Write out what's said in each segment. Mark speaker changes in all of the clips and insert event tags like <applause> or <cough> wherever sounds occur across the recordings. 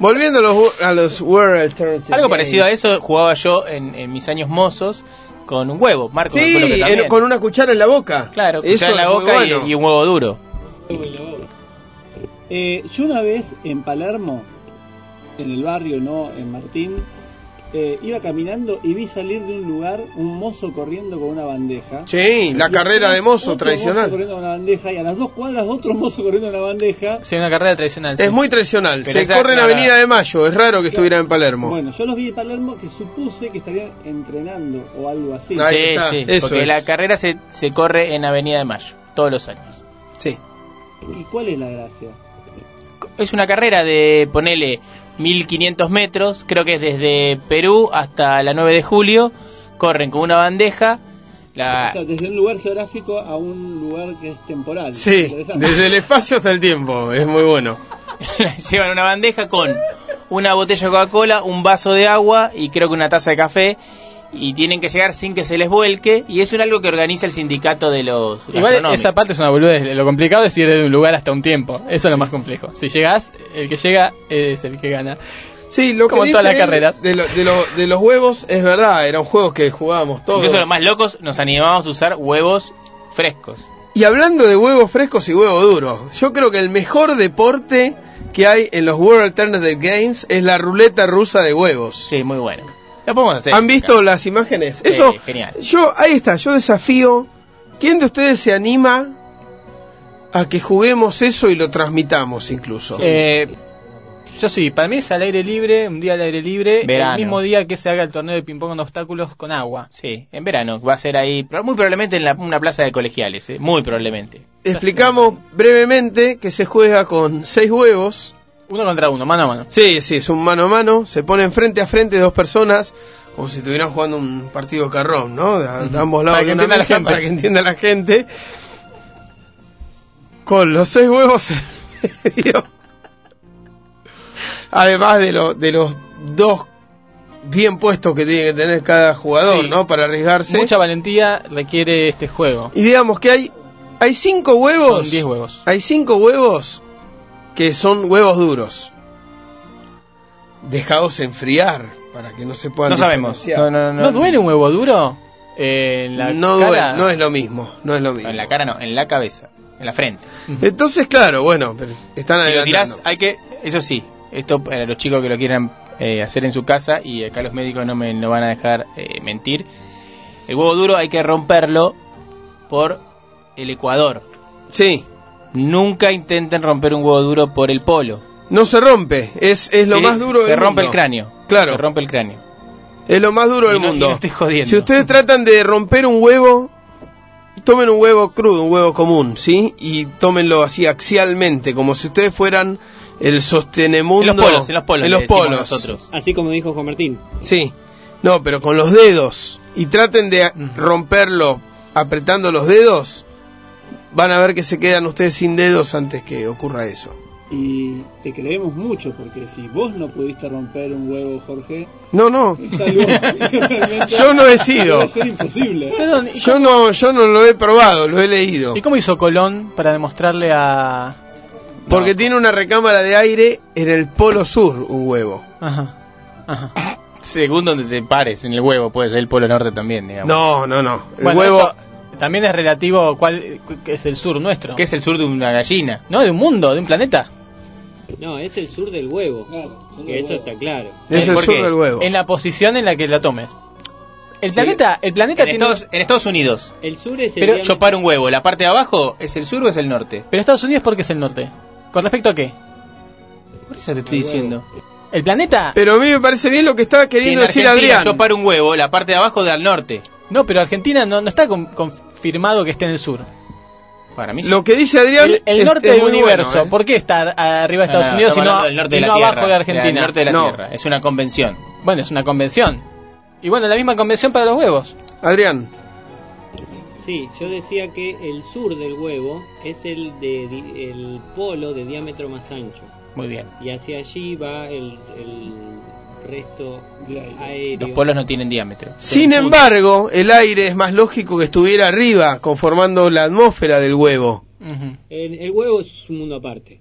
Speaker 1: Volviendo a los, a los World Alternative
Speaker 2: Algo parecido a
Speaker 1: Games.
Speaker 2: eso jugaba yo en, en mis años mozos con un huevo, Marco. me acuerdo que
Speaker 1: Sí, en-
Speaker 2: también.
Speaker 1: con una cuchara en la boca.
Speaker 2: Claro,
Speaker 1: Eso
Speaker 2: cuchara en la
Speaker 1: es muy
Speaker 2: boca y-
Speaker 1: bueno.
Speaker 2: y, un huevo duro.
Speaker 3: Eh, yo una vez en Palermo, en el barrio, no en Martín, eh, iba caminando y vi salir de un lugar un mozo corriendo con una bandeja.
Speaker 1: Sí, la
Speaker 3: Y
Speaker 1: carrera
Speaker 3: atrás
Speaker 1: de mozo
Speaker 3: otro
Speaker 1: tradicional.
Speaker 3: corriendo con una bandeja y a las dos cuadras otro mozo corriendo con una bandeja.
Speaker 2: Sí, una carrera tradicional. sí.
Speaker 1: Es muy tradicional.
Speaker 2: Pero
Speaker 1: Se
Speaker 2: esa-
Speaker 1: corre en
Speaker 2: la-
Speaker 1: Avenida de Mayo. Es raro que estuviera en Palermo.
Speaker 3: Bueno, yo los vi en Palermo que supuse que estarían entrenando o algo así.
Speaker 1: Ahí
Speaker 2: Sí,
Speaker 1: está,
Speaker 2: sí,
Speaker 1: eso
Speaker 2: porque
Speaker 1: es.
Speaker 2: la carrera se, se corre en Avenida de Mayo, todos los años.
Speaker 1: Sí.
Speaker 3: ¿Y cuál es la gracia?
Speaker 2: Es una carrera de, ponele, 1500 metros, creo que es desde Perú hasta la 9 de julio, corren con una bandeja,
Speaker 1: Ah.
Speaker 2: la,
Speaker 3: O sea, desde un lugar geográfico a un lugar que es temporal.
Speaker 1: Sí,
Speaker 3: Interesante.
Speaker 1: desde el espacio hasta el tiempo. Es muy bueno.
Speaker 2: <laughs> llevan una bandeja con una botella de Coca-Cola, un vaso de agua y creo que una taza de café. Y tienen que llegar sin que se les vuelque. Y eso es algo que organiza el sindicato de los.
Speaker 4: Igual
Speaker 2: gastronómicos.
Speaker 4: esa parte es una boludez. Lo complicado es ir de un lugar hasta un tiempo. Eso es lo más complejo. Si llegás, el que llega es el que gana.
Speaker 1: Sí, lo
Speaker 4: Como
Speaker 1: que
Speaker 4: en todas
Speaker 1: dice
Speaker 4: las
Speaker 1: él
Speaker 4: carreras.
Speaker 1: De, lo- de lo- de los huevos es verdad. Era un juego que jugábamos todos.
Speaker 2: Incluso los más locos nos animamos a usar huevos frescos.
Speaker 1: Y hablando de huevos frescos y huevos duros, yo creo que el mejor deporte que hay en los World Alternative Games es la ruleta rusa de huevos.
Speaker 2: Sí, muy bueno. Lo podemos hacer.
Speaker 1: ¿Han visto las imágenes?
Speaker 2: Sí,
Speaker 1: Eso,
Speaker 2: genial.
Speaker 1: yo, ahí está, yo desafío. ¿Quién de ustedes se anima a que juguemos eso y lo transmitamos incluso?
Speaker 4: Eh, yo sí, para mí es al aire libre, un día al aire libre,
Speaker 2: Verano.
Speaker 4: el mismo día que se haga el torneo de ping-pong con obstáculos con agua.
Speaker 2: Sí, en verano. Va a ser ahí, pero muy probablemente en la- una plaza de colegiales. eh, Muy probablemente.
Speaker 1: Explicamos brevemente que se juega con seis huevos.
Speaker 4: Uno contra uno, mano a mano.
Speaker 1: Sí, sí, es un mano a mano. Se ponen frente a frente dos personas como si estuvieran jugando un partido de carrón, ¿no? De, de ambos lados
Speaker 4: Para que
Speaker 1: de una
Speaker 4: entienda la
Speaker 1: mesa,
Speaker 4: gente.
Speaker 1: para que entienda la gente. Con los seis huevos en <laughs> medio. Además de, lo- de los dos bien puestos que tiene que tener cada jugador,
Speaker 4: Sí.
Speaker 1: ¿no? Para arriesgarse.
Speaker 4: Mucha valentía requiere este juego.
Speaker 1: Y digamos que hay, hay cinco
Speaker 4: Son
Speaker 1: huevos.
Speaker 4: 10 huevos.
Speaker 1: Hay cinco huevos que son huevos duros. Dejados enfriar para que no se puedan.
Speaker 2: No sabemos.
Speaker 1: diferenciar.
Speaker 2: No, no,
Speaker 4: ¿No, duele un huevo duro? Eh, en la
Speaker 1: No
Speaker 4: cara.
Speaker 1: duele, no es lo mismo, no es lo mismo.
Speaker 2: No, en la cara no, en la cabeza, en la frente.
Speaker 1: Entonces, claro, bueno, pero están
Speaker 2: Si lo
Speaker 1: adelantando.
Speaker 2: tirás, hay que, eso sí, esto para los chicos que lo quieran eh, hacer en su casa, y acá los médicos no me no van a dejar eh, mentir, el huevo duro hay que romperlo por el Ecuador.
Speaker 1: Sí,
Speaker 2: Nunca intenten romper un huevo duro por el polo.
Speaker 1: no se rompe, es, es lo
Speaker 2: Sí,
Speaker 1: más duro
Speaker 2: Se
Speaker 1: del mundo.
Speaker 2: rompe el cráneo.
Speaker 1: Claro.
Speaker 2: Se rompe el cráneo.
Speaker 1: Es lo más duro
Speaker 2: Y
Speaker 1: del
Speaker 2: no- y
Speaker 1: mundo.
Speaker 2: no estoy jodiendo.
Speaker 1: Si ustedes tratan de romper un huevo, tomen un huevo crudo, un huevo común, ¿sí? Y tómenlo así axialmente, como si ustedes fueran el
Speaker 2: En
Speaker 1: sostenemundo.
Speaker 2: los polos, en los polos.
Speaker 1: En
Speaker 2: le
Speaker 1: los
Speaker 2: decimos
Speaker 1: polos.
Speaker 2: Nosotros.
Speaker 3: Así como dijo Juan Martín.
Speaker 1: Sí. No, pero con los dedos. Y traten de romperlo apretando los dedos. Van a ver que se quedan ustedes sin dedos antes que ocurra eso.
Speaker 3: Y te creemos mucho, porque si vos no pudiste romper un huevo, Jorge,
Speaker 1: No, no. <laughs>
Speaker 3: tal
Speaker 4: <laughs>
Speaker 3: vez realmente
Speaker 1: Yo no he sido.
Speaker 3: va a ser imposible.
Speaker 4: Perdón, ¿y,
Speaker 1: Yo no, yo no lo he probado, lo he leído.
Speaker 4: y cómo hizo Colón para demostrarle a.
Speaker 1: Porque tiene una recámara de aire en el polo sur, un huevo.
Speaker 4: Ajá. Ajá.
Speaker 2: Según donde te pares, en el huevo, puede ser el polo norte también, digamos.
Speaker 1: No, no, no. El
Speaker 4: Bueno,
Speaker 1: huevo.
Speaker 4: eso también es relativo cuál cu- que es el sur nuestro.
Speaker 2: Que es el sur de una gallina.
Speaker 4: No, de un mundo, de un planeta.
Speaker 5: No, es el sur del huevo.
Speaker 3: Claro, sur
Speaker 5: que
Speaker 3: del
Speaker 5: eso
Speaker 3: huevo.
Speaker 5: está claro.
Speaker 1: Es el
Speaker 2: ¿Por
Speaker 1: sur
Speaker 2: qué?
Speaker 1: del huevo.
Speaker 4: En la posición en la que la tomes. El
Speaker 2: Sí.
Speaker 4: planeta, el planeta
Speaker 2: En
Speaker 4: tiene.
Speaker 2: Estados, en Estados Unidos.
Speaker 5: El sur es el
Speaker 2: Pero
Speaker 5: diámetro-
Speaker 2: chopar un huevo, la parte de abajo es el sur o es el norte.
Speaker 4: Pero Estados Unidos porque es el norte. ¿Con respecto a qué?
Speaker 2: Por eso te estoy diciendo.
Speaker 4: El planeta.
Speaker 1: Pero a mí me parece bien lo que estaba
Speaker 2: Si en
Speaker 1: queriendo decir
Speaker 2: Argentina
Speaker 1: Adrián.
Speaker 2: chopar un huevo, la parte de abajo da al norte.
Speaker 4: No, pero Argentina no, no está con- confirmado que esté en el sur.
Speaker 2: Para mí sí.
Speaker 1: Lo que dice Adrián.
Speaker 4: El, el
Speaker 1: es-
Speaker 4: norte
Speaker 1: es
Speaker 4: del
Speaker 1: muy bueno,
Speaker 4: universo.
Speaker 1: ¿eh?
Speaker 4: ¿Por qué está arriba de
Speaker 2: No, no,
Speaker 4: Estados Unidos y
Speaker 2: estamos
Speaker 4: no,
Speaker 2: hablando del norte
Speaker 4: y
Speaker 2: de la
Speaker 4: no
Speaker 2: tierra,
Speaker 4: abajo de
Speaker 2: del
Speaker 4: Argentina?
Speaker 2: norte de la
Speaker 1: No.
Speaker 2: tierra. Es una convención.
Speaker 4: Bueno, es una convención. Y bueno, la misma convención para los huevos.
Speaker 1: Adrián.
Speaker 5: Sí, yo decía que el sur del huevo es el, de, di- el polo de diámetro más ancho.
Speaker 2: Muy bien.
Speaker 5: Y hacia allí va el, el resto aéreo.
Speaker 2: Los polos no tienen diámetro.
Speaker 1: Sin embargo, el aire es más lógico que estuviera arriba, conformando la atmósfera del huevo.
Speaker 4: Ujú.
Speaker 5: El, el huevo es un mundo aparte.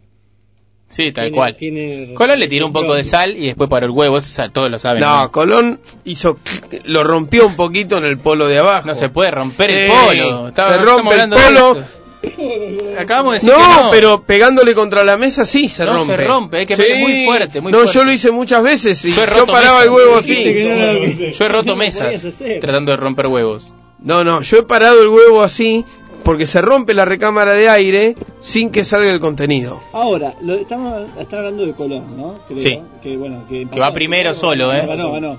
Speaker 2: Sí, tal
Speaker 5: Tiene-
Speaker 2: cual.
Speaker 5: tiene-
Speaker 2: Colón le tiró un poco de sal y después paró el huevo, eso sa- todos lo saben.
Speaker 1: No, Colón hizo lo rompió un poquito en el polo de abajo.
Speaker 2: No se puede romper el
Speaker 1: Sí,
Speaker 2: polo. Estaba-
Speaker 1: se
Speaker 2: estamos
Speaker 1: rompe el
Speaker 2: hablando de
Speaker 1: polo.
Speaker 2: eso. Acabamos <laughs> de decir
Speaker 1: No,
Speaker 2: que no.
Speaker 1: pero pegándole contra la mesa sí se
Speaker 2: No, se
Speaker 1: rompe.
Speaker 2: rompe, hay que pegarle muy fuerte, muy
Speaker 1: no,
Speaker 2: fuerte.
Speaker 1: yo lo hice muchas veces y
Speaker 2: Yo he
Speaker 1: yo
Speaker 2: roto
Speaker 1: paraba
Speaker 2: mesas.
Speaker 1: el huevo así.
Speaker 3: Dijiste que no era lo que-
Speaker 2: Oh, Yo he roto
Speaker 3: <laughs>
Speaker 5: No lo
Speaker 2: mesas
Speaker 5: podías hacer.
Speaker 2: tratando de romper huevos.
Speaker 1: No, no, yo he parado el huevo así porque se rompe la recámara de aire sin que salga el contenido.
Speaker 3: Ahora, lo, estamos, está hablando de Colón, ¿no? Creo,
Speaker 2: Sí.
Speaker 3: Que, bueno, que,
Speaker 2: Que va primero solo, ¿eh?
Speaker 3: Ganó, ganó.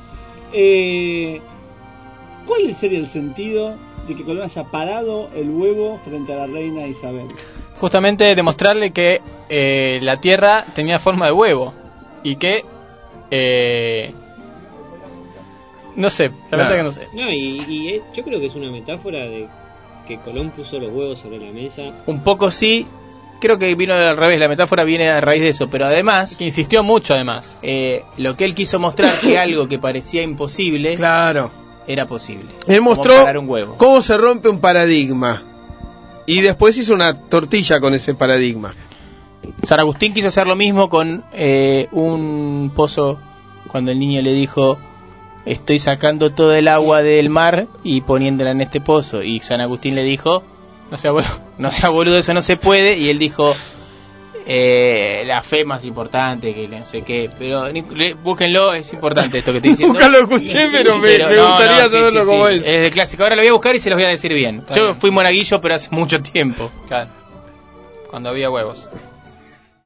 Speaker 3: Eh, ¿Cuál sería el sentido de que Colón haya parado el huevo frente a la reina Isabel?
Speaker 4: Justamente demostrarle que eh, la Tierra tenía forma de huevo y que... eh, no sé, la verdad
Speaker 1: Claro.
Speaker 4: que no sé.
Speaker 5: No, y, y es- yo creo que es una metáfora de que Colón puso los huevos sobre la mesa.
Speaker 2: Un poco sí, creo que vino al revés, la metáfora viene a raíz de eso, pero además,
Speaker 4: Que insistió mucho además.
Speaker 2: eh, lo que él quiso mostrar
Speaker 4: <coughs>
Speaker 2: que algo que parecía imposible
Speaker 1: Claro.
Speaker 2: era posible.
Speaker 1: Él
Speaker 2: Como
Speaker 1: mostró
Speaker 2: parar un huevo.
Speaker 1: cómo se rompe un paradigma. Y después hizo una tortilla con ese paradigma.
Speaker 2: San Agustín quiso hacer lo mismo con eh, un pozo cuando el niño le dijo estoy sacando todo el agua del mar y poniéndola en este pozo y San Agustín le dijo
Speaker 4: No sé, bueno.
Speaker 2: <laughs> no sea boludo eso no se puede y él dijo eh, la fe más importante que no sé qué pero ni- le- búsquenlo es importante esto que
Speaker 1: <laughs>
Speaker 2: estoy diciendo
Speaker 1: Nunca lo escuché, pero me,
Speaker 2: Pero
Speaker 1: me
Speaker 2: no,
Speaker 1: gustaría
Speaker 2: no, sí,
Speaker 1: saberlo
Speaker 2: sí, sí.
Speaker 1: cómo es.
Speaker 2: es de clásico ahora lo voy a buscar y se los voy a decir bien
Speaker 4: Está
Speaker 2: yo
Speaker 4: bien.
Speaker 2: fui monaguillo pero hace mucho tiempo
Speaker 4: Claro. Cuando había huevos.